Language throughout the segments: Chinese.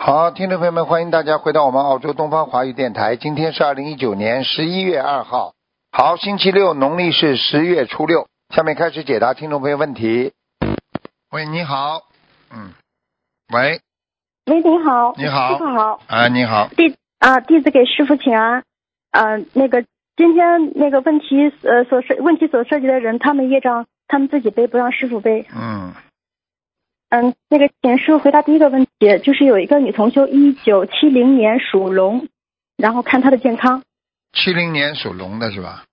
好，听众朋友们，欢迎大家回到我们澳洲东方华语电台。今天是二零一九年十一月二号，好，星期六，农历是十月初六。下面开始解答听众朋友问题。喂，你好，嗯，喂，喂，你好，你好师傅好，啊，你好，弟啊、弟子给师傅请安。呃，那个今天那个问题呃所涉问题所涉及的人，他们业障他们自己背，不让师傅背。嗯，嗯，那个请师傅回答第一个问题，就是有一个女同修，一九七零年属龙，然后看她的健康。七零年属龙的是吧？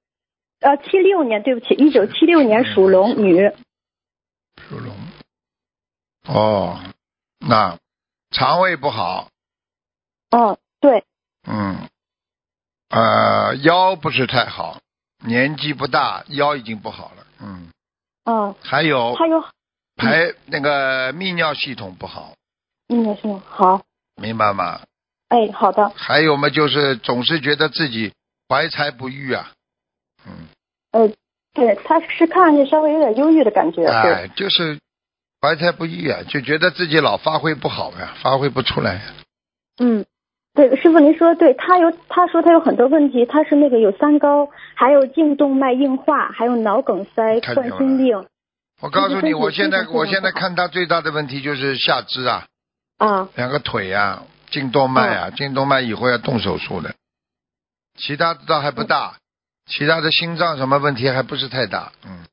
呃，七六年，对不起，一九七六年属龙女，属龙。哦，那肠胃不好，哦，对，嗯，呃，腰不是太好，年纪不大，腰已经不好了，嗯，哦，还有她有，排那个泌尿系统不好，嗯，是吗好，明白吗？哎，好的，还有嘛，就是总是觉得自己怀才不遇啊，嗯，呃，对，她是看上去稍微有点忧郁的感觉，对。哎，就是怀才不遇啊，就觉得自己老发挥不好呀、发挥不出来呀、嗯，对，师傅您说的对，他有他说他有很多问题，他是那个有三高，还有颈动脉硬化，还有脑梗塞、看见冠了心病我告诉自己身你，体我现在非常非常不好我现在看他最大的问题就是下肢啊，啊。两个腿啊，颈动脉嗯啊，颈动脉以后要动手术的，其他的倒还不嗯大，其他的心脏什么问题还不是太大，嗯，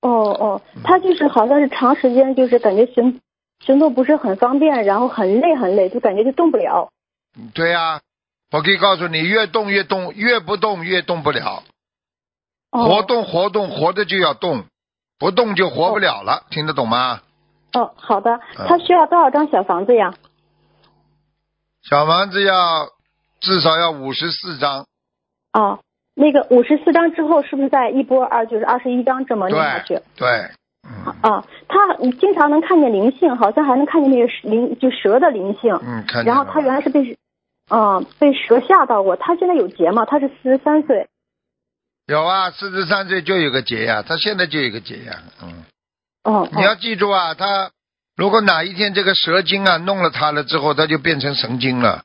哦哦，他就是好像是长时间就是感觉行行动不是很方便，然后很累很累，就感觉就动不了。对呀、我可以告诉你，越动越动，越不动越动不了，哦活动活动，活着就要动，不动就活不了了，听得懂吗？哦，好的，嗯他需要多少张小房子呀？小房子要至少要五十四张，哦，那个五十四张之后是不是再一波二就是二十一张这么念下去对？对，嗯啊，他经常能看见灵性，好像还能看见那个蛇灵就蛇的灵性。嗯，看见然后了他吗原来是被，嗯，被蛇吓到过。他现在有结吗？他是四十三岁。有啊，四十三岁就有个结呀、他现在就有个结呀、嗯。哦，你要记住啊，他如果哪一天这个蛇精啊弄了他了之后，他就变成神经了。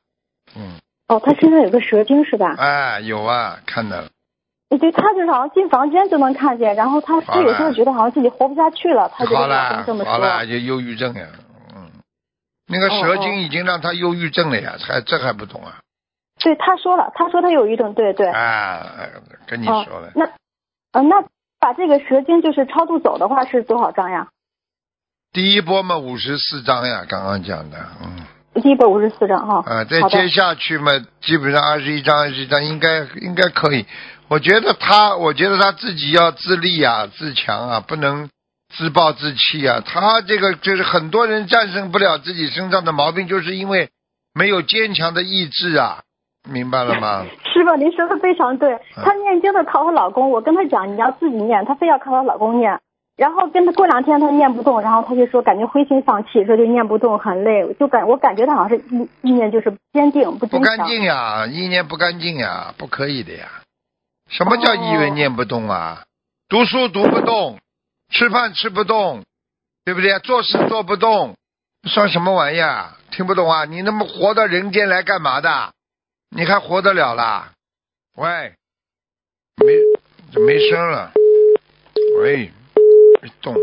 嗯，哦，他身上有个蛇精是吧？哎，有啊，看到了，对，他就是好像进房间就能看见，然后他好他有时了候觉得好像自己活不下去了，他就跟好医了生这么，好了，说。哦就忧郁症呀、嗯，那个蛇精已经让他忧郁症了呀，还这还不懂啊？对，他说了，他说他有一种对对。啊，跟你哦说了，，那，呃，那把这个蛇精就是超度走的话是多少张呀？第一波嘛五十四章呀，刚刚讲的，嗯。第一本五十四张哈。啊，再哦好的接下去嘛，基本上二十一章、二十一章应该应该可以。我觉得他，我觉得他自己要自立啊、自强啊，不能自暴自弃啊。他这个就是很多人战胜不了自己身上的毛病，就是因为没有坚强的意志啊，明白了吗？师傅，您说的非常对。嗯她念经的靠我老公，我跟她讲你要自己念，她非要靠我老公念。然后跟她过两天她念不动，然后她就说感觉灰心丧气，说就念不动，很累。就感我感觉她好像是意意念就是不坚定，不不坚干强。净呀，意念不干净呀，不可以的呀。什么叫意念念不动啊？读书读不动，吃饭吃不动，对不对？做事做不动，算什么玩意儿？听不懂啊？你那么活到人间来干嘛的？你还活得了啦？喂，没，这没声了。喂，没动。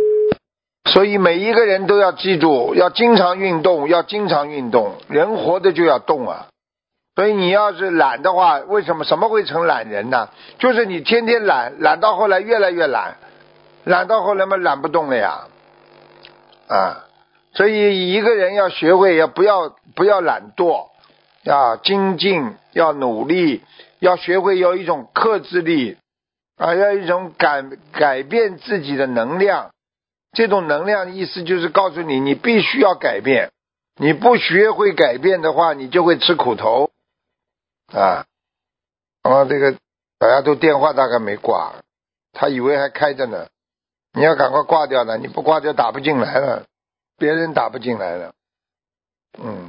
所以每一个人都要记住，要经常运动，要经常运动。人活着就要动啊。所以你要是懒的话，为什么什么会成懒人呢？就是你天天懒，懒到后来越来越懒，懒到后来嘛懒不动了呀，啊！所以一个人要学会要不要不要懒惰，要精进，要努力，要学会有一种克制力，啊，要一种改改变自己的能量。这种能量的意思就是告诉你，你必须要改变，你不学会改变的话，你就会吃苦头啊。然后这个大家都电话大概没挂，他以为还开着呢，你要赶快挂掉了，你不挂掉打不进来了，别人打不进来了，嗯。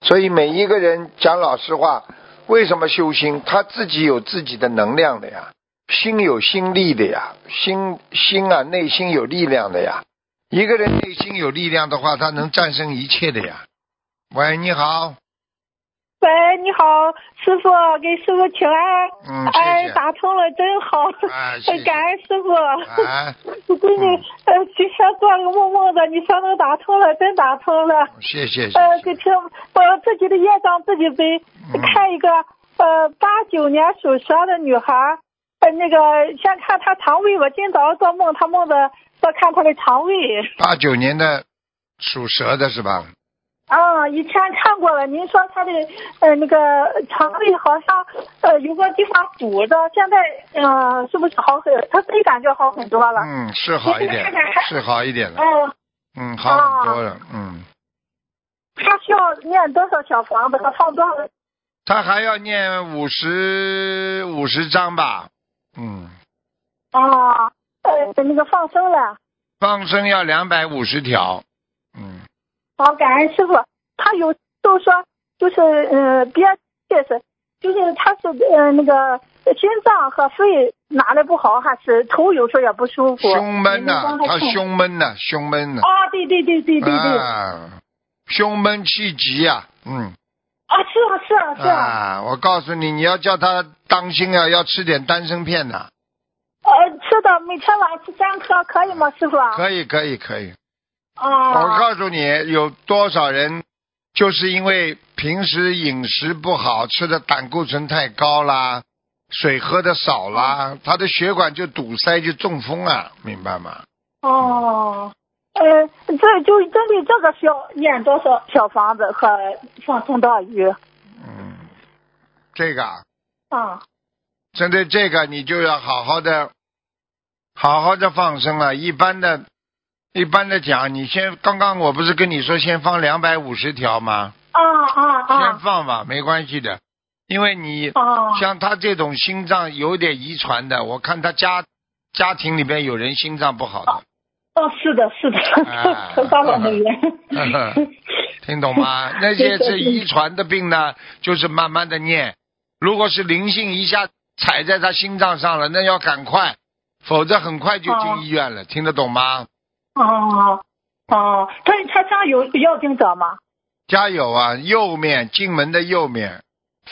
所以每一个人讲老实话，为什么修心？他自己有自己的能量的呀，心有心力的呀，心心啊，内心有力量的呀。一个人内心有力量的话，他能战胜一切的呀。喂，你好，喂，你好，师傅，给师傅请安。嗯，哎谢，谢。打通了真好， 哎谢谢感恩师傅。啊，我闺女，呃，就想做个梦梦的，你说能打通了，真打通了。谢谢谢嗯呃，谢。就听我自己的业障自己背。嗯看一个呃八九年属蛇的女孩，呃，那个先看她肠胃吧。今早上做梦，她梦的说看她的肠胃。八九年的属蛇的是吧？啊，以前看过了，您说她的呃那个肠胃好像呃有个地方堵着，现在呃是不是好很？她自己感觉好很多了。嗯，是好一点，是好一点了。嗯，嗯，好很多哦了。嗯，她需要念多少小房子？她放多少？他还要念五十五十章吧？嗯，啊，呃，那个放生了。放生要两百五十条。嗯，好，感恩师傅。他有就说就是呃憋气是，就是他是呃那个心脏和肺哪里不好，还是头有时候也不舒服。胸闷你们呐帮，他他看。胸闷呐，胸闷呐。啊，对对对对对对。啊，啊，胸闷气急呀、嗯是啊是啊是啊。啊，我告诉你，你要叫他当心啊，要吃点丹参片呐、呃，吃的每天晚上吃三颗，可以吗，师傅？啊。可以，可以，可以。我啊告诉你，有多少人就是因为平时饮食不好，吃的胆固醇太高啦，水喝的少啦，他的血管就堵塞，就中风了，明白吗？哦。呃，这就针对这个需要念多少小房子和放生多少鱼？嗯，这个啊啊针对这个，你就要好好的、好好的放生了。一般的、一般的讲，你先刚刚我不是跟你说先放两百五十条吗？啊啊先啊！放吧，没关系的，因为你啊像他这种心脏有点遗传的，我看他家家庭里边有人心脏不好的，哦，是的，是的， 啊头发老的人。听懂 吗？那些对对是遗传的病呢，就是慢慢的念。如果是灵性一下踩在他心脏上了，那要赶快，否则很快就进医院了。听得懂吗？ 哦哦，他他家有要经者吗？加油啊！右面进门的右面，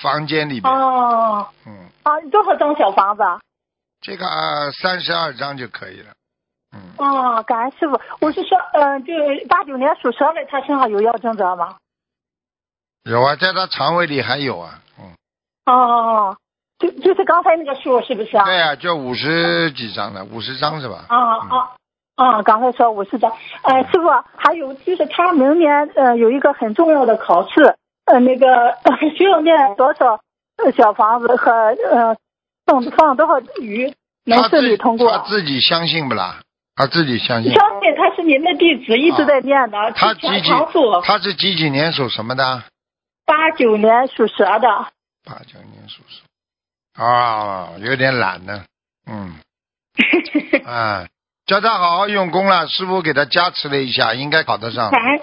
房间里边，哦嗯，啊，多少张小房子？啊这个啊三十二章就可以了。嗯，哦，感恩师傅，我是说，嗯、就八九年属蛇的，他身上有要经者吗？有啊，在他肠胃里还有啊。嗯，哦，就就是刚才那个数是不是啊？对啊，就五十几章了，五十章是吧？啊嗯啊啊！刚才说五十张，呃，师傅，还有就是他明年呃有一个很重要的考试，呃，那个 需要念多少呃小房子和呃放放多少鱼能他自顺利通过他？自己相信不啦？他自己相信。相信他是您的弟子，一直在念的。他几几常数？他是几几年属什么的？八九年属蛇的。 八九年属什么？啊，有点懒呢。嗯，啊，叫他好好用功了，师傅给他加持了一下，应该考得上。感恩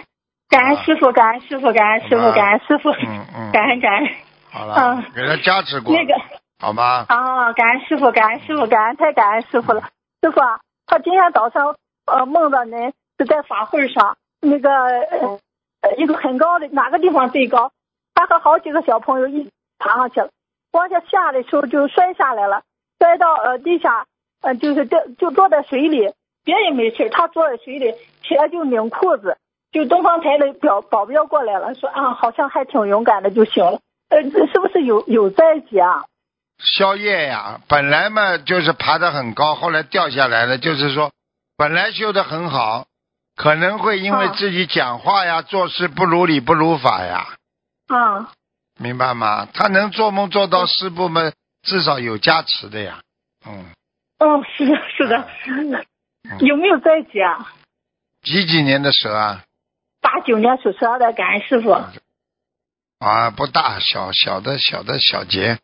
感恩师傅，感恩师傅，感恩师好傅，吧感恩师傅，啊嗯嗯，感恩感恩好了，嗯给他加持过，那个。好吗？啊，感恩师傅，感恩师傅，感恩太感恩师傅了。师傅啊，他今天早上呃梦到您是在法会上，那个呃呃一个很高的哪个地方最高，他和好几个小朋友一起爬上去了，往下下的时候就摔下来了，摔到呃地下，呃就是掉就坐在水里，别人没事，他坐在水里，起来就拧裤子，就东方台的表保镖过来了，说啊好像还挺勇敢的就行了，呃是不是有有灾劫啊？宵夜呀，本来嘛就是爬得很高，后来掉下来了，就是说本来修得很好，可能会因为啊自己讲话呀、做事不如理、不如法呀，啊、明白吗？他能做梦做到师部们，至少有加持的呀。嗯，哦，是的，是的。有没有在劫啊？几几年的蛇啊？八九年属蛇的，感恩师傅。嗯啊，不大，小小的小的小节，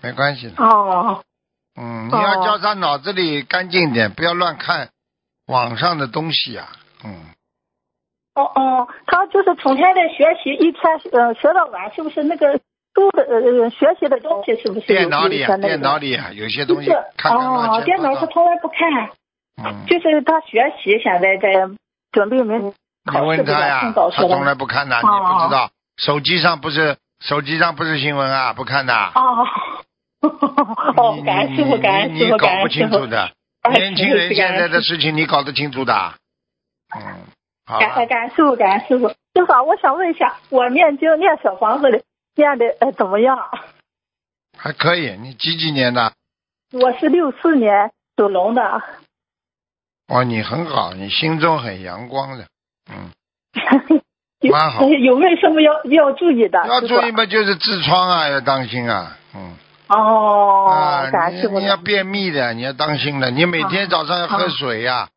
没关系的。哦，嗯，你要哦叫他脑子里干净点，不要乱看网上的东西呀、嗯，哦哦，他就是整天的学习，一天呃学到晚，是不是那个读的呃呃学习的东西是不是有电脑里有一啊，些那个电脑里啊，有些就东西是看看乱哦，七电八脑糟。他从来不看，嗯，就是他学习现在在准备明你考试问比较他呀趁早，他说的从来不看的，你哦不知道。手机上不是手机上不是新闻啊，不看的。 哦，哦哦你，感恩师你傅，感恩你师你傅，感搞不恩师清傅楚。的，哎年轻人是感现恩在的师事情你搞得清楚的。嗯，好感呃了恩，感恩师傅，感恩师傅。师傅啊，我想问一下，我念经念小房子的念的呃怎么样？还可以。你几几年的？我是六四年属龙 的，哦，你很好，你心中很阳光的。嗯，有蛮好 有没有什么要要注意啊的？要师注傅意嘛，就是痔疮啊，要当心啊。嗯。哦，啊，感恩你师傅你。要便秘的，你要当心的。你每天早上要喝水呀、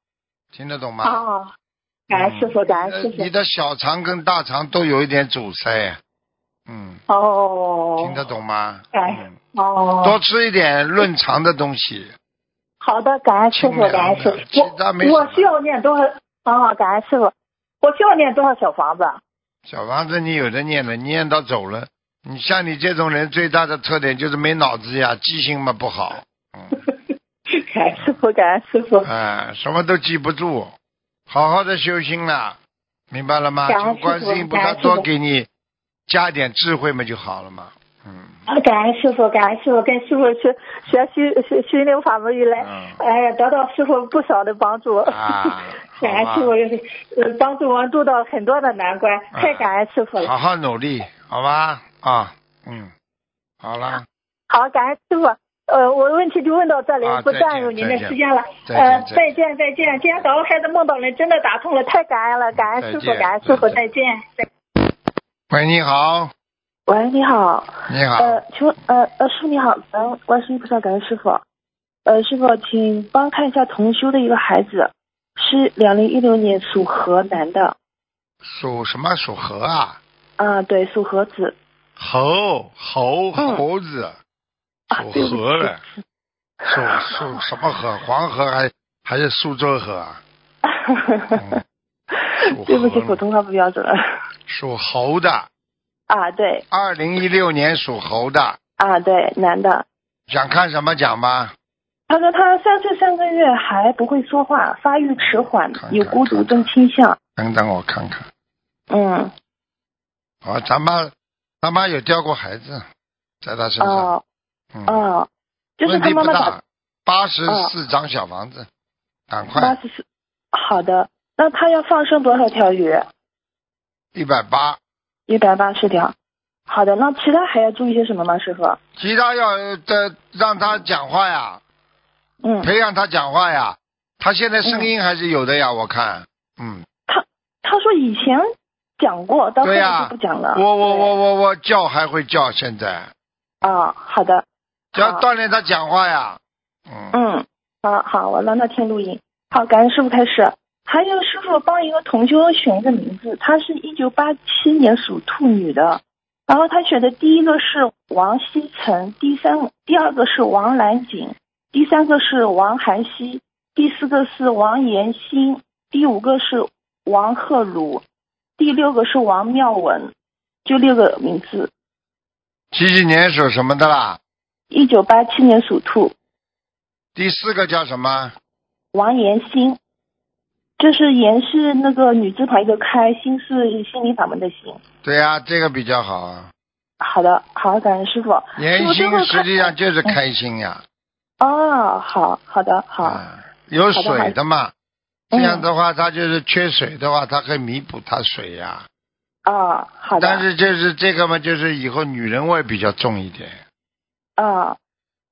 听得懂吗？哦，感恩师傅，感恩师呃嗯你傅。的小肠跟大肠都有一点阻塞，嗯，哦，听得懂吗？哎嗯，哦，多吃一点润肠的东西。好的，感恩师傅，清凉的感恩师其傅。他没什我么我需要念多少？啊、感恩师傅，我需要念多少小房子？ 小房子你有的念了，你念到走了。你像你这种人最大的特点就是没脑子呀，记性嘛不好，嗯感恩师傅，感恩师傅。哎、什么都记不住。好好的修心啦，明白了吗？感恩求观师父世音菩萨感恩师父多给你加点智慧嘛就好了嘛。嗯啊感恩师傅，感恩师傅，跟师傅学学习学心灵法门以来，嗯哎呀，得到师傅不少的帮助。，啊 感恩好师傅吧，呃，帮助我渡到很多的难关，啊太感恩师傅了。好好努力，好吧？啊，嗯，好了，好，感恩师傅。呃，我问题就问到这里，啊我不再见占用您的再见时间了。再见呃，再再见，再见。今天早上孩子梦到人，真的打通了，太感恩了，感恩师再傅，见感恩师傅，再再见。再喂，你好，喂，你好，你好，呃，请问，呃，呃，师傅你好，感恩观世音菩萨，感恩师傅，呃，师傅，请帮看一下同修的一个孩子，是两零一六年属猴男的，属什么？属猴啊？啊，对，属猴子，猴猴嗯猴子，啊属对不起猴的，属属什么河？黄河还还是苏州河啊？嗯属对不起，猴普的，通话不标准了，属猴的，啊，对，二零一六年属猴的，啊，对，男的，想看什么讲吧？他说他三岁三个月还不会说话，发育迟缓看，看有孤独症倾向，等等我看看。嗯，啊，咱妈，咱妈有掉过孩子，在她身上。哦，嗯，哦，就是问他题妈哦不妈打大，八十四哦张小房子，赶八快十四，好的，那他要放生多少条鱼？一百八。一百八十条。好的，那其他还要注意些什么吗，师傅？其他要呃让他讲话呀，嗯，培养他讲话呀。他现在声音还是有的呀，我看。嗯，他说以前讲过，到后对呀来就不讲了。我我我我我叫还会叫，现在对啊，好的，要好锻炼他讲话呀。嗯，嗯，好好，我让他听录音。好，感恩师傅开始。还有师傅帮一个同修选一个名字，她是一九八七年属兔女的，然后她选的第一个是王希晨，第三第二个是王兰锦，第三个是王涵希，第四个是王延新，第五个是王鹤鲁，第六个是王妙文，就六个名字。几几年属什么的啦？一九八七年属兔，第四个叫什么？王延新，就是延是那个女字旁一个开，心是心灵法门的心。对呀、这个比较好啊。好的，好，感恩师傅。师年傅最后轻实看际上就是开心呀、哦，好好的好、啊，有好的好水的的嘛。这嗯样的话，它就是缺水的话，它可以弥补它水呀、哦，好的。但是就是这个嘛，就是以后女人味比较重一点，嗯啊、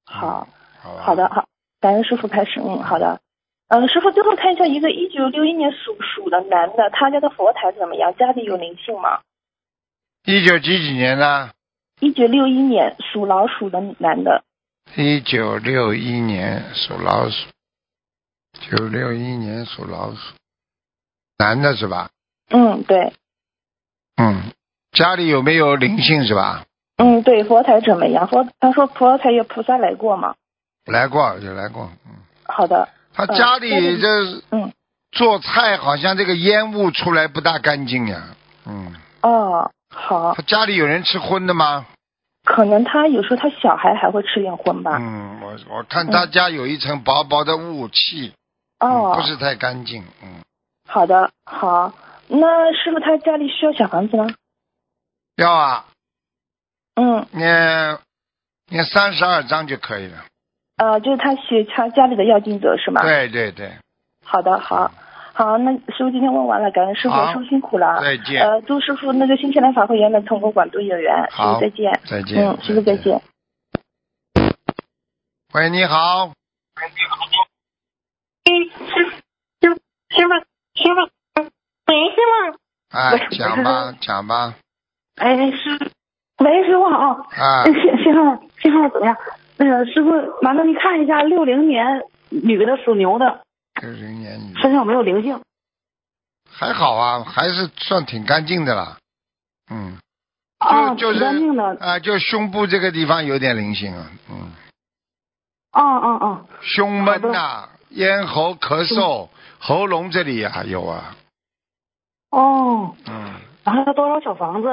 好好吧？好的。好，感恩师傅开始。嗯，好的。嗯，师傅最后看一下一个一九六一年属鼠的男的，他家的佛台怎么样？家里有灵性吗？一九几几年呢？一九六一年属老鼠的男的，一九六一年属老鼠，九六一年属老鼠，男的是吧？嗯，对，嗯，家里有没有灵性是吧？嗯，对，佛台怎么样？佛他说佛台有菩萨来过吗？来过，有来过。嗯，好的，他嗯家里嗯这嗯，做菜好像这个烟雾出来不大干净呀。嗯。哦，好他，家里有人吃荤的吗？可能他有时候他小孩还会吃点荤吧。嗯，我我看他家有一层薄薄的雾气，哦，嗯不是太干净。嗯，好的，好。那师傅他家里需要小房子吗？要啊，嗯，念念三十二章就可以了。呃，就是他写他家里的要经者是啊吗？。对对对，好的，好，好，那师傅今天问完了，感恩师傅好，师傅辛苦啊了。再见呃，祝师傅那个新西兰法会圆满成功，广度有缘。师好傅再见。再见嗯，师傅再再见见。喂，你好，哎师傅，师傅，师傅，喂，师傅，哎喂，讲吧讲吧，哎，师，喂，师傅哦好， 啊哎，信信号信号怎么样？那个师傅，麻烦您看一下六零年女的属牛的六零年女，身上有没有灵性？还好啊，还是算挺干净的啦。嗯，啊，就就是挺干净的，啊，就胸部这个地方有点灵性啊，嗯，啊啊啊，胸闷好呐、咽喉咳嗽，喉咙这里啊有啊，哦，嗯，然后要多少小房子？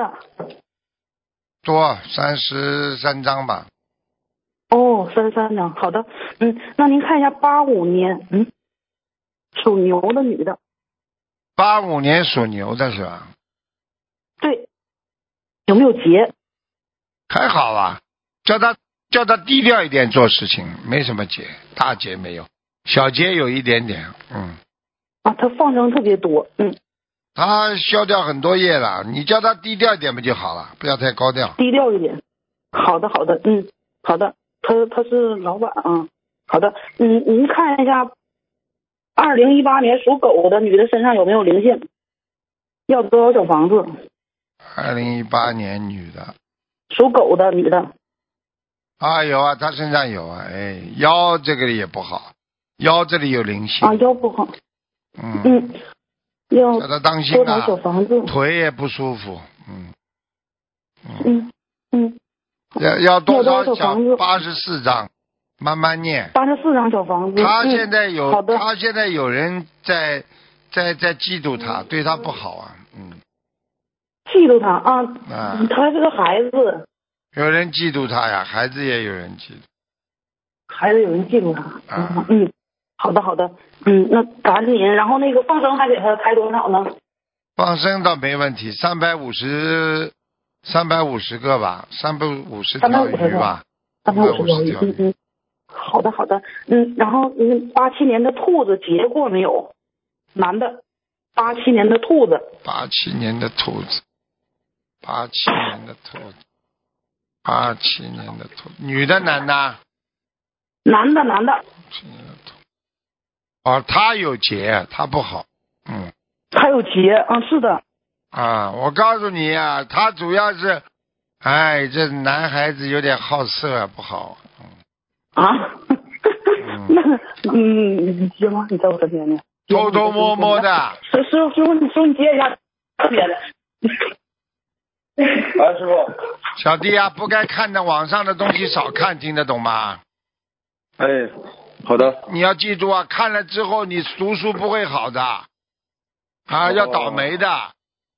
多三十三张吧，哦，三三呢？好的，嗯，那您看一下八五年，嗯，属牛的女的，八五年属牛的是吧？对，有没有结？还好啊，叫他叫他低调一点做事情，没什么结，大结没有，小结有一点点，嗯，啊，她放生特别多，嗯，他消掉很多业了，你叫他低调一点不就好了？不要太高调，低调一点。好的，好的，嗯，好的，他他是老板啊。好的，嗯，您看一下，二零一八年属狗的女的身上有没有灵性？要多少小房子？二零一八年女的。属狗的女的，啊，有啊，他身上有啊，哎，腰这个也不好，腰这里有灵性，啊，腰不好，嗯，嗯，要叫他当心多少啊小，房子？腿也不舒服，嗯，嗯嗯，要要多要多少少小房子八十四章，慢慢念。八十四张小房子。他嗯现在有好，的他现在有人在在在嫉妒他，对他不好啊，嗯嫉妒他啊，啊，他是个孩子，有人嫉妒他呀，孩子也有人嫉妒，孩子有人嫉妒他。啊嗯，好的好的，嗯，那赶紧，然后那个放生还给他开多少呢？放生倒没问题，三百五十三百五十个吧，三百五十条350个鱼吧，三百五十条鱼，嗯嗯，好的好的，嗯，然后嗯，八七年的兔子结过没有？男的，八七年的兔子，八七年的兔子，八七年的兔子，八七年的兔，女的男的？男的男的，七年的兔，哦，他有劫，他不好，嗯他有结啊，是的，啊，我告诉你啊，他主要是，哎，这男孩子有点好色，不好，啊，那嗯，行吗？你在我这边呢，偷偷摸摸的，师师傅师傅，你师傅你接一下，别的，哎小弟啊，不该看的网上的东西少看，听得懂吗？哎，好的，你要记住啊，看了之后你读书不会好的，啊，要倒霉的。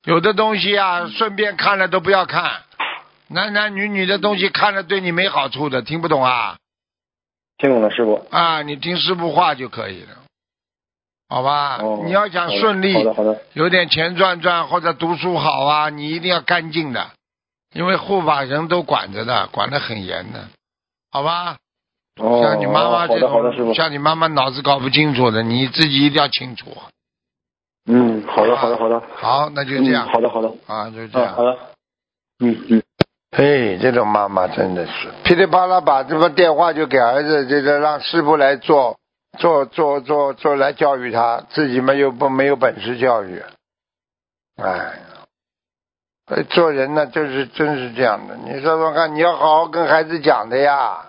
有的东西啊，顺便看了都不要看，男男女女的东西看了对你没好处的，听不懂啊？听懂了，师傅。啊，你听师傅话就可以了，好吧？哦，啊你要想顺利好，的，好的，有点钱赚赚或者读书好啊，你一定要干净的，因为护法人都管着的，管得很严的，好吧？哦，像你妈妈好这的，好的，师傅种，。像你妈妈脑子搞不清楚的，你自己一定要清楚。嗯，好的，好的，好的。好，那啊就这样嗯，好的，好的，啊，就这嗯，好样。的，嗯嗯。嘿，哎这种妈妈真的是噼里啪啦把这个电话就给儿子，这个让师傅来做做做做做来教育他，自己嘛又不没有本事教育，哎。哎做人呢，就是真是这样的。你说说看，你要好好跟孩子讲的呀，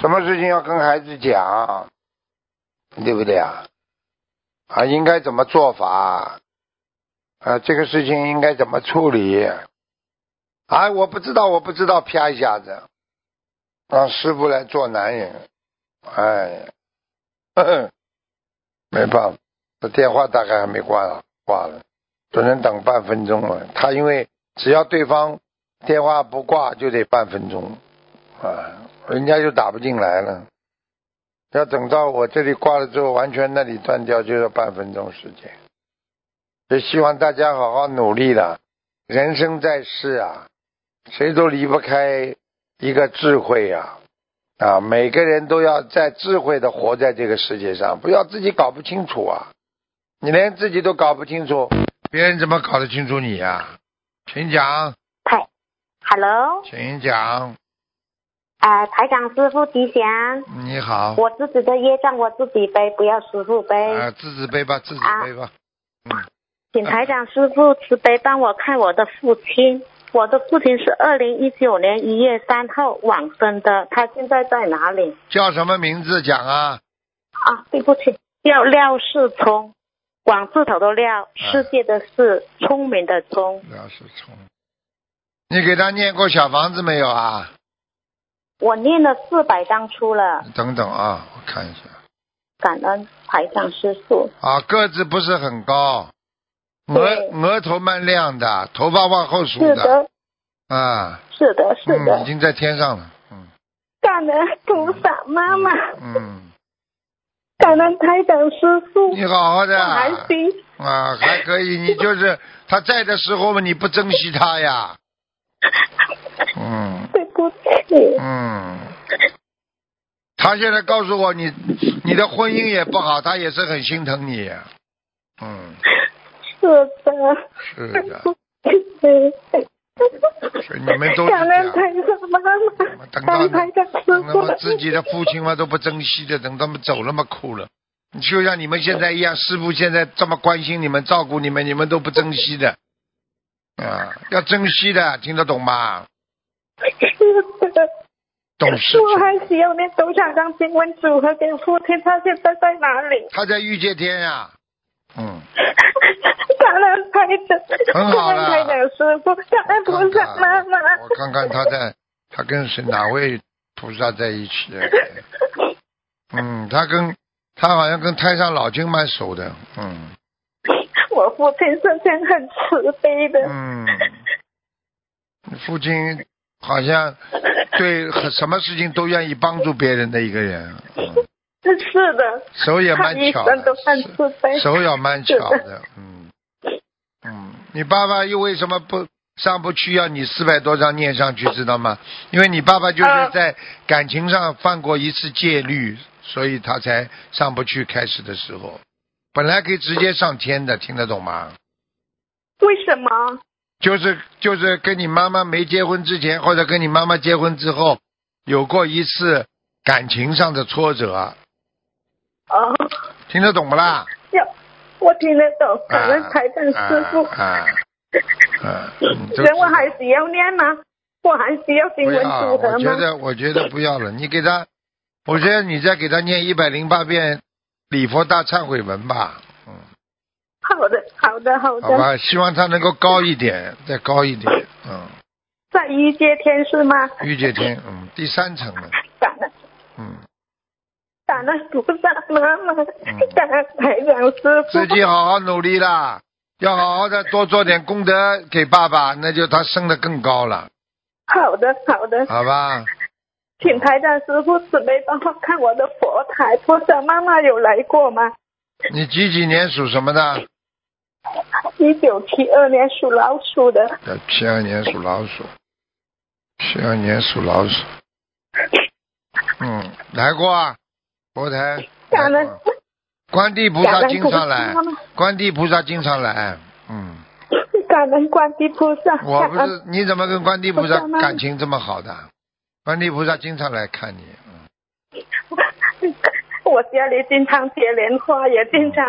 什么事情要跟孩子讲，对不对啊？啊，应该怎么做法？啊，这个事情应该怎么处理？哎，我不知道，我不知道，啪一下子，让师傅来做男人，哎，呵呵没办法，这电话大概还没挂了，挂了，只能等半分钟了。他因为只要对方电话不挂，就得半分钟，啊，人家就打不进来了。要等到我这里挂了之后，完全那里断掉，就要半分钟时间。也希望大家好好努力了。人生在世啊，谁都离不开一个智慧啊。啊，每个人都要在智慧的活在这个世界上，不要自己搞不清楚啊！你连自己都搞不清楚，别人怎么搞得清楚你呀、请讲，台，Hello，请讲，啊、台长师傅吉祥，你好。我自己的业障我自己背，不要师傅背。啊，自己背吧，自己背吧。嗯请台长师傅慈悲帮我看我的父亲，我的父亲是二零一九年一月三号往生的，他现在在哪里？叫什么名字讲啊？啊，对不起，叫廖世聪，广字头的啊廖，世界的世，聪明的聪。廖世聪。你给他念过小房子没有啊？我念了四百张出了，等等啊，我看一下。感恩台长师傅。啊，个子不是很高，额对额头蛮亮的，头发往后梳是的，的，啊，是的，是嗯，已的，经在天上了，嗯感恩菩萨妈妈，嗯，感恩台长师傅。你好好的我啊还，行，啊，还可以，你就是他在的时候嘛，你不珍惜他呀，嗯 对不起，嗯，他现在告诉我你你的婚姻也不好，他也是很心疼你，嗯，是的。是的，是是你们都是感这样恩。台长妈妈，等感到恩台长等师他们傅，自己的父亲嘛都不珍惜的，等他们走了嘛哭了。就像你们现在一样，师傅现在这么关心你们、照顾你们，你们都不珍惜的，啊，要珍惜的，听得懂吗？是的，懂事我情。还需要念多少张经文组合给父亲？他现在在哪里？他在御界天呀、嗯，感恩台长，很感好恩啦台长师傅，感恩菩我看萨看妈妈。我看看他在，他跟谁哪位菩萨在一起？嗯，他跟他好像跟太上老君蛮熟的，嗯我父亲是件很慈悲的，嗯，父亲好像对很什么事情都愿意帮助别人的一个人， 嗯、是的，手也他蛮一巧生都很的，慈悲。手也蛮巧的，嗯嗯，你爸爸又为什么不上不去？要你四百多张念上去，知道吗？因为你爸爸就是啊在感情上犯过一次戒律，所以他才上不去。开始的时候，本来可以直接上天的，听得懂吗？为什么？就是就是跟你妈妈没结婚之前，或者跟你妈妈结婚之后，有过一次感情上的挫折，哦，听得懂不啦？要我听得懂，感恩啊台长师傅。啊啊啊！ 你都人我知道还需要念吗？我还需要经不文要，组我合觉吗？得我觉得不要了。你给他，我觉得你再给他念一百零八遍礼佛大忏悔文吧，嗯好的，好的，好好的。吧？希望他能够高一点，再高一点，嗯，在一阶天是吗？御界天，嗯，第三层了，感恩嗯，感恩菩萨妈妈，嗯 感恩台长师自傅。己好好努力啦，要好好的多做点功德给爸爸，那就他升得更高了，好的，好的，好吧？请台长师傅慈悲帮我看我的佛台，菩萨妈妈有来过吗？你几几年属什么的？一九七二年属老鼠的，七二年属老鼠，七二年属老鼠。嗯，来过啊，佛台。感来恩过观地菩感萨恩经菩萨常来妈，妈，观地菩萨经常来。嗯，感恩观世菩萨，我感不恩是你怎么跟观地菩菩萨萨妈妈感情这么好的？观地菩萨经常来看你。 我家里经常接莲花，也经常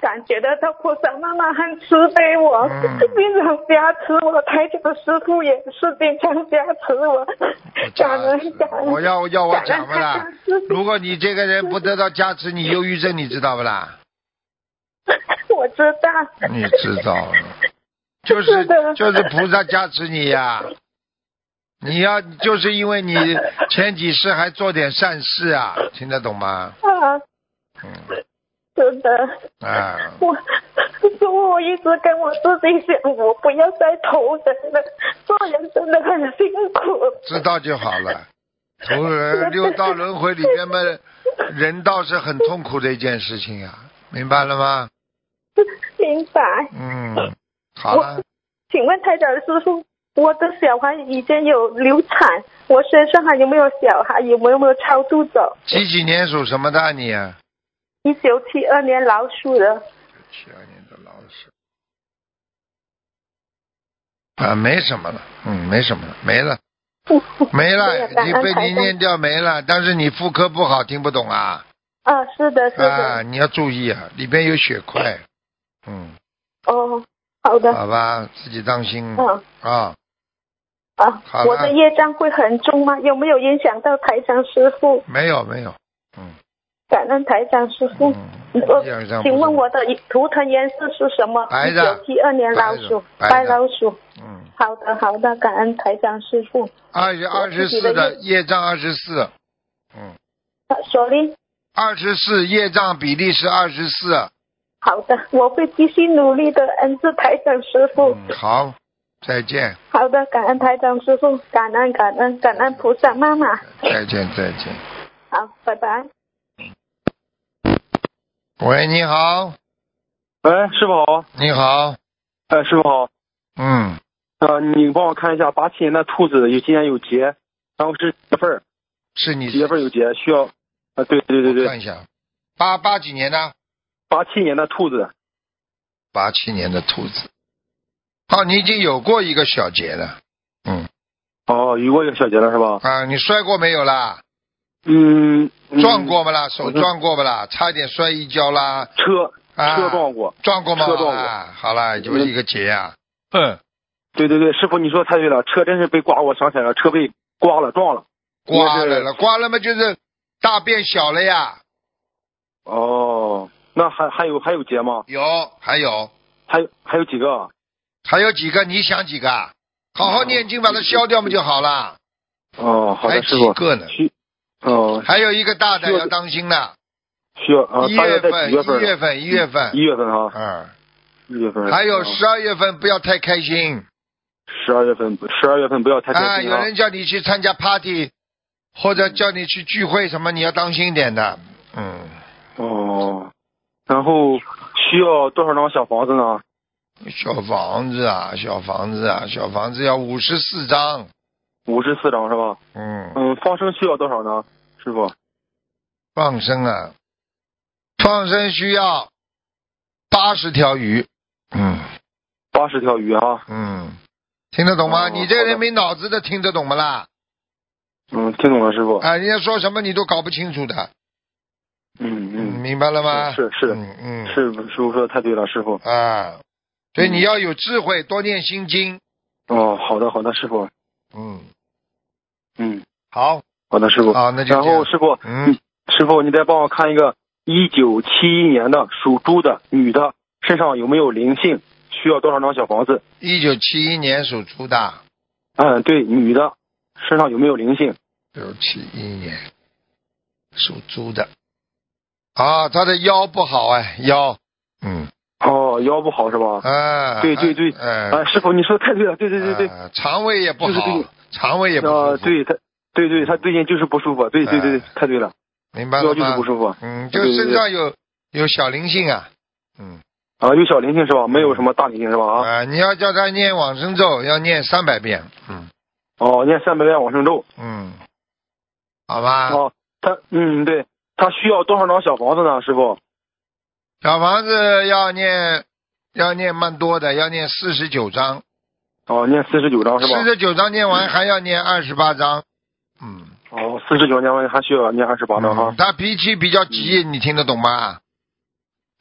感觉得到菩萨妈妈很慈悲我，嗯经常加持我。台长师傅也是经常加持我，感恩感恩。我要要我讲不感啦恩台长 师？傅如果你这个人不得到加持，你忧郁症你知道不 啦？我知道，你知道了，就是是的就是菩萨加持你呀、你要就是因为你前几世还做点善事啊，听得懂吗？啊，嗯是的，啊，我。我一直跟我自己讲，我不要再投人了，做人真的很辛苦。知道就好了。投人呃六道轮回里 边嘛，人道是很痛苦的一件事情啊，明白了吗？ 明白，嗯，好了，请问台长师傅，我的小孩已经有流产，我身上还有没有小孩？有没有超度走？几几年属什么的你、啊？一九七二年老鼠的。七二年的老鼠。啊，没什么了，嗯，没什么了，没 了，没了，你被你念掉没了，但是你妇科不好，听不懂啊？啊，是的，是的。啊，你要注意啊，里边有血块，嗯。哦，好的。好吧，自己当心。嗯。啊。啊，好我的了业障会很重吗？有没有影响到台长师傅？没有没有，嗯感恩台长师傅。嗯。我业障不请问重我的图腾颜色是什么？白一的九七二年老鼠，白的白的白老鼠。嗯，好的，好的，感恩台长师傅。二月我二十自己四的的业障二十四，嗯，啊 Sorry，二十四业障比例是二十四，好的，我会继续努力的，恩赐台长师傅。嗯，好，再见，好的，感恩台长师傅，感恩感恩感恩菩萨妈妈。再见，再见。好，拜拜。喂，你好，哎，师傅好，你好，哎，师傅好，嗯，呃，你帮我看一下八七年的兔子有今年有结，然后是几月份儿？是你几月份儿有结？需要？啊、对对对我对，看一下，八八几年的？八七年的兔子，八七年的兔子。哦，你已经有过一个小结了，嗯哦，有过一个小结了是吧？啊，你摔过没有啦？嗯，嗯撞过不啦？手我是撞过不啦？差一点摔一跤啦，车，啊车撞过。撞过吗？车撞过啊好啦，就是一个结啊。嗯，对对对，师傅你说太对了，车真是被刮，我想起来了，车被刮了撞了。刮因为了是了，刮了嘛就是大变小了呀。哦，那还还有还有结吗？有，还有，还有还有几个啊？还有几个？你想几个啊？好好念经，嗯把它消掉不就好了？哦，好还的，师几傅。个呢？需哦，还有一个大的需要要当心了，需要啊，一大月约在份，几月份一儿？月份，一月份一，月份啊，嗯，一月份。还有十十二月份不要太开心十二月份，十二月份不要太啊！开有心嗯啊。人叫你去参加 party，或者叫你去聚会什么，你要当心一点的，嗯。哦，然后需要多少张小房子呢？小房子啊，小房子啊，小房子要五十四张。五十四张是吧？嗯，嗯，放生需要多少呢？师傅，放生啊，放生需要八十条鱼。嗯八十条鱼啊。嗯，听得懂吗？哦你这个人好的没脑子的，听得懂吗啦？嗯，听懂了，师傅。啊，人家说什么你都搞不清楚的，嗯嗯，明白了吗？是是的嗯嗯是师傅说的太对了，师傅。啊，所以你要有智慧，多念心经。哦，好的好的，师傅。嗯，嗯，好，好的，师傅。好，那就嗯然这样后。师傅，嗯，师傅，你再帮我看一个一九七一年的属猪的女的身上有没有灵性？需要多少张小房子？一九七一年属猪的。嗯，对，女的身上有没有灵性？六七一年，属猪的。啊，他的腰不好哎，腰。嗯。哦，腰不好是吧？啊。对对对哎、啊，师傅，你说的太对了，对对对对，啊肠胃也不好，就是这个肠胃也不啊，好。。对他，对对，他最近就是不舒服，对对对，对哎太对了，明白腰了就是吗不？舒服嗯，就对对对身上有有小灵性啊。嗯。啊，有小灵性是吧？没有什么大灵性是吧？啊，啊，你要叫他念往生咒，要念三百遍。嗯哦，念三百遍往生咒，嗯。好吧。哦，他嗯对，他需要多少张小房子呢？师傅？小房子要念，要念蛮多的，要念四十九章。哦，念四十九张是吧四？十九章念完还要念二十八章。嗯，哦，四十九年完还需要念二十八张哈嗯。他脾气比较急，你听得懂吗？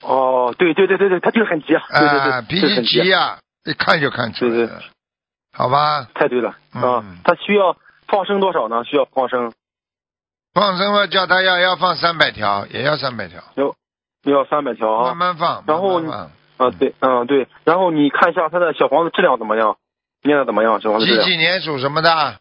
哦，对对对对对，他就是很急啊，对对啊，对，脾就气是很急，呀，一看就看出来对了，好吧？太对了啊嗯。他需要放生多少呢？需要放生放生了，叫他要要放三百条，也要三百条，要三百条慢啊。慢放，然后慢慢啊，对，嗯对。然后你看一下他的小房子质量怎么样，念的怎么样？小房放。子质几量？几年属什么的？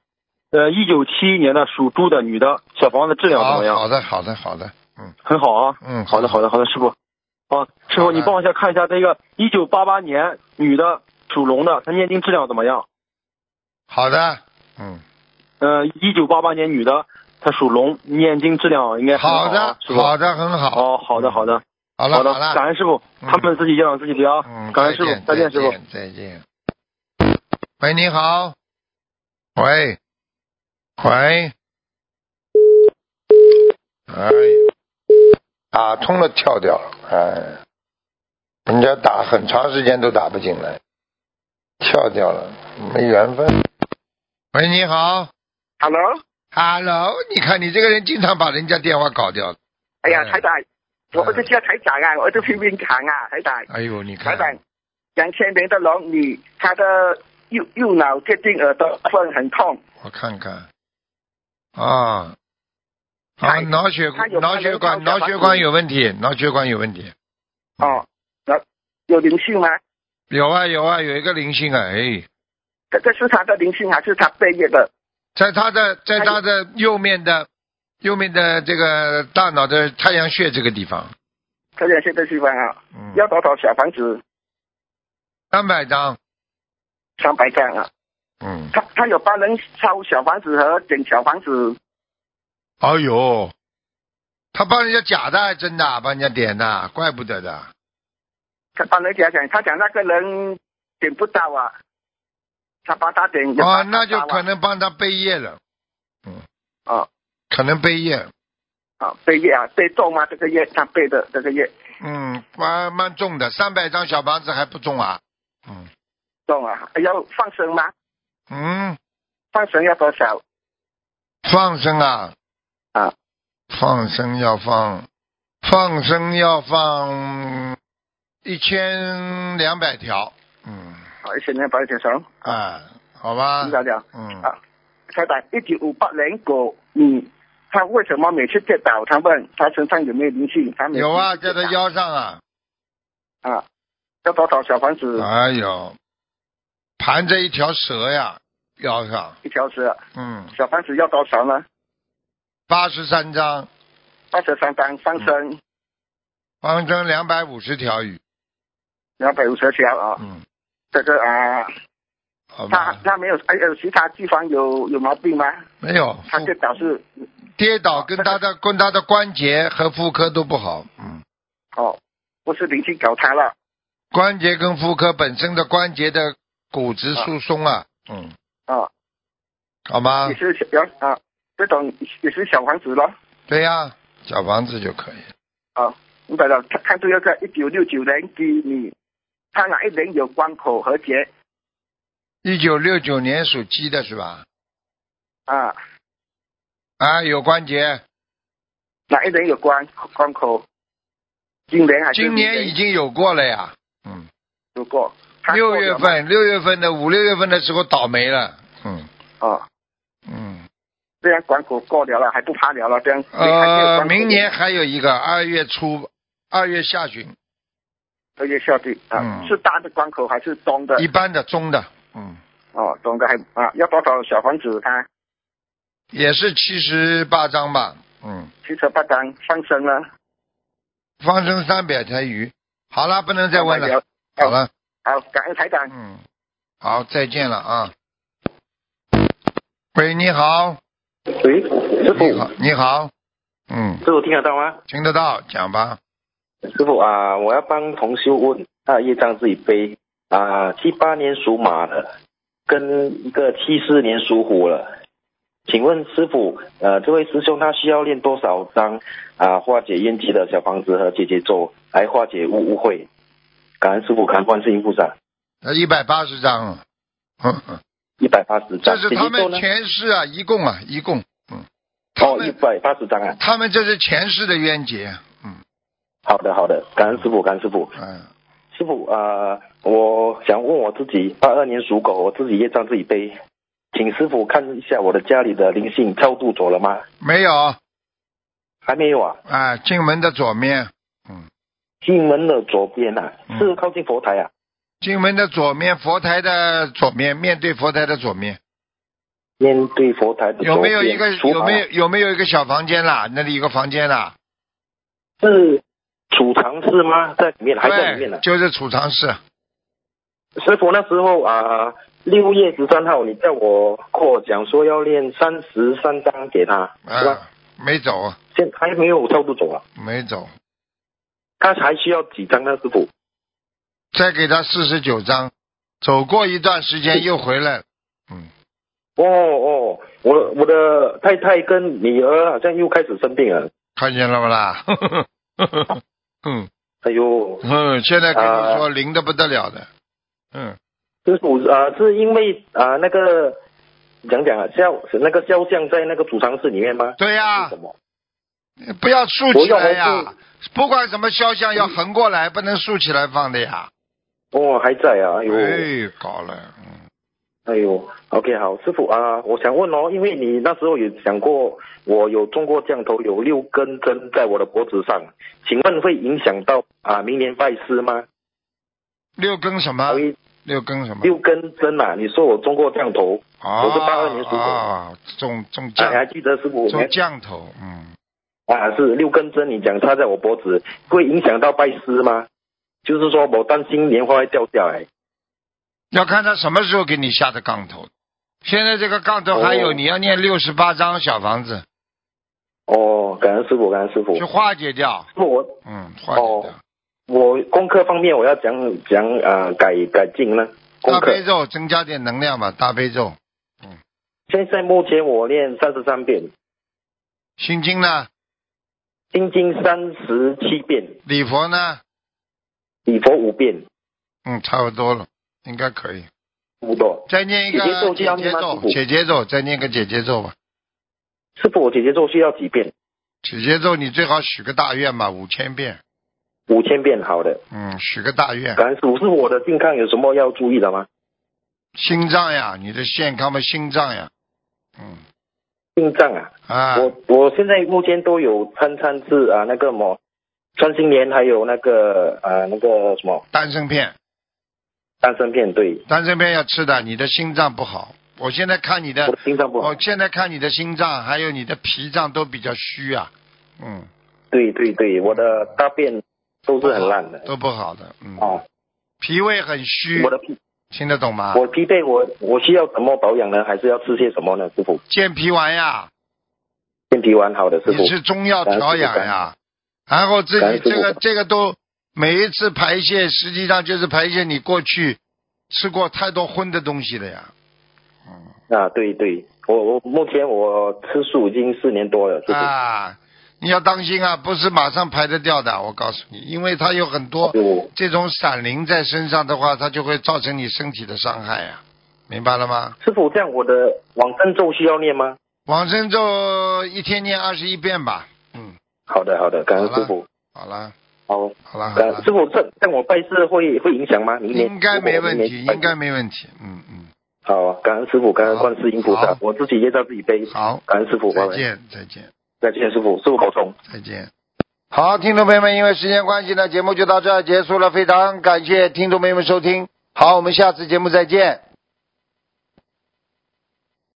呃，一九七一年的属猪的女的，小房子质量怎好么样？好的，好的，好的，嗯很好啊。嗯，好的，好的，好的，师傅。啊，师好傅，的你帮我先看一下这个一九八八年女的属龙的，她念经质量怎么样？好的，嗯，呃，一九八八年女的，她属龙，念经质量应该很好啊的，师傅。好的，很好，哦，好的，好的，好了，好的，好了感，恩师傅，嗯他们自己养自己的啊嗯，，感恩师傅，再见，师傅。再见。喂，你好。喂，喂，哎，打通了跳掉了，哎，人家打很长时间都打不进来，跳掉了，没缘分。喂，你好 Hello， ，Hello，你看你这个人经常把人家电话搞掉。哎呀，嗯台长，我儿子叫台长啊，我儿子拼命扛啊，台长，哎呦，你台看，长，两千年的龙女，她的右右脑接近耳朵部分很痛，我看看，啊，啊，哎脑血他有脑血管脑血管有问题，脑血管有问题，嗯哦，那有灵性吗？有啊有啊，有一个灵性啊，哎，这这是她的灵性还是她背业的？在他的在他的右面的右面的这个大脑的太阳穴这个地方，可以现在地方啊，嗯，要多少小房子？三百张，三百张啊，嗯，她她有帮人烧小房子和整小房子，哎呦，他帮人家假的还是真的啊帮人家点的啊，怪不得的，她帮人家讲，她讲那个人点不到啊，她帮他啊点，哦，那就可能。能帮他背业了，嗯，哦，可能背业，啊，背业啊，背重吗？这个业，他背的这个业嗯，蛮蛮重的，三百张小房子还不重啊？嗯重啊，要放生吗？嗯，放生要多少？放生啊啊，放生要放，放生要放一千两百条，嗯好，一千两百九十，啊，好吧知，道了。嗯，啊台长，一九五八年狗，嗯，他为什么每次跌倒？他问他身上有没有灵性？他每次有啊，跌在倒他腰上啊，啊，要多少小房子？哎呦，盘着一条蛇呀，腰上，一条蛇，嗯，小房子要多少呢？八十三张，八十三张放生，嗯方针两百五十条鱼，两百五十条啊。嗯，这个啊，好他吧，他没有，还有其他地方有有毛病吗？没有，他跌倒是跌倒跟他的跟他的关节和妇科都不好，嗯，哦，不是灵性搞他了。关节跟妇科本身的关节的骨质疏松啊，嗯，啊，好吗也？是小要啊，这种也是小房子咯。对呀、小房子就可以。啊，明白了。看看这个一九六九年的你，他哪一年有关口和节一九六九年属鸡的是吧？啊？啊，有关节，哪一年有关关口？今年还是今年已明经有过了呀，嗯，有过。他六月过了吗份六月份的五六月份的时候倒霉了，嗯哦，嗯，这样关口过了了，还不怕了了这样。呃，明年还有一个二月初二月下旬，二月下去啊，嗯是大的关口还是中的一？般的中的，嗯。哦，中的还啊，要多少小房子？他也是七十八张吧，嗯，七十八张放生了，方生三百条鱼。好了，不能再问了，好好了，好，感恩台长。嗯，好，再见了啊。喂，你好，喂，师傅，你好，你好，嗯，师傅听得到吗？听得到，讲吧。师傅啊，我要帮同修问，他的业障自己背啊。七八年属马的，跟一个七四年属虎的，请问师傅，呃，这位师兄他需要练多少张啊化解冤结的小房子和姐姐咒来化解误误会？感恩师傅，感恩观世音菩萨，那一百八十张 了，哼哼一百八十这张，姐是他姐咒们呢？前世啊，一共啊，一共，嗯，他哦，一们百八十张啊。他们这是前世的冤结，嗯好的，好的，感恩师傅，感恩师傅。嗯，师傅啊、呃我想问我自己，八二年属狗，我自己业障自己背，请师傅看一下我的家里的灵性超度走了吗？没有，还没有啊，啊，进门的左面，进门的左边啊，嗯是靠近佛台啊。进门的左面，佛台的左面，面对佛台的左面，面对佛台的有左没边，有一个厨有房啊没有有没有一个小房间啦？那里有个房间啦，是储藏室吗？在里面，还在里面呢、啊对，就是储藏室。啊师傅那时候啊，六、月十三号你叫我跟我讲说要练三十三章给他，是吧？啊，没走，现还没有超度走啊，没走，他还需要几张呢，师傅？再给他四十九张，走过一段时间又回来了，嗯，哦哦，我我的太太跟女儿好像又开始生病了。看见了不啦？ 嗯哎呦，嗯，现在跟你说啊灵的不得了的，嗯，这是我啊、是因为啊、那个讲讲啊，肖那个肖像在那个储藏室里面吗？对啊呀、是什么？不要竖起来我要我呀，不管什么肖像要横过来，不能竖起来放的呀。哦，还在啊，哎呦。哎，搞了，嗯哎呦，OK，好，师傅啊，我想问哦，因为你那时候有讲过，我有中过降头，有六根针在我的脖子上，请问会影响到啊明年拜师吗？六根什么因？为六根什么？六根针啊，你说我中过降头，我是82年属狗啊啊，中中啊、你还降记得师傅中降头，嗯，啊？是六根针，你讲插在我脖子，会影响到拜师吗？就是说我担心莲花会掉下来。要看他什么时候给你下的杠头。现在这个杠头还有，哦你要念六十八张小房子哦，感恩师傅，感恩师傅。去师化解掉，傅，我嗯，化解掉哦。我功课方面我要讲讲啊改改进呢？功大课悲咒增加点能量吧，大悲咒。现在目前我练三十三遍，心经呢？心经三十七遍，礼佛呢？礼佛五遍，嗯，差不多了，应该可以。差不多。再念一个姐姐咒就姐要姐念吗师咒，傅姐姐咒，再念个姐姐咒吧。师傅，我姐姐咒需要几遍？姐姐咒你最好许个大愿吧，五千遍。五千遍，好的。嗯，许个大愿。感恩师傅，是我的健康有什么要注意的吗？心脏呀，你的健康嘛，心脏呀，嗯心脏啊，啊，我我现在目前都有参参是啊那个什么，穿心莲还有那个啊那个什么丹参片，丹参片，对，丹参片要吃的，你的心脏不好。我现在看你我的的，心脏不好我。现在看你的心脏还有你的脾脏都比较虚啊，嗯，对对对，我的大便都是很烂的。都不好的，嗯，哦，脾胃很虚我，的脾听得懂吗？我疲惫，我我需要怎么保养呢？还是要吃些什么呢？师傅，健脾丸呀，健脾丸好的，师傅也。是中药调养呀，然后自己感恩这个师傅这个都每一次排泄，实际上就是排泄你过去吃过太多荤的东西了呀，嗯。啊，对对，我我目前我吃素已经四年多了，师 傅。啊，你要当心啊，不是马上排得掉的，我告诉你，因为它有很多就这种闪灵在身上的话，它就会造成你身体的伤害呀、明白了吗？师傅，这样我的往生咒需要念吗？往生咒一天念二十一遍吧，嗯，好的好的，感恩好了啊师傅。好了，好，好了，好感了呃恩师，傅，这这样我拜师会会影响吗？明年啊应该没问我题，明年拜应该没问题，嗯嗯，好，啊感恩师傅，感恩好观世音菩萨好，我自己业障自己背。好，感恩师傅，拜再拜，见，再见。再见，师傅，师傅保重。再见。好，听众朋友们，因为时间关系呢，节目就到这儿结束了。非常感谢听众朋友们收听，好，我们下次节目再见。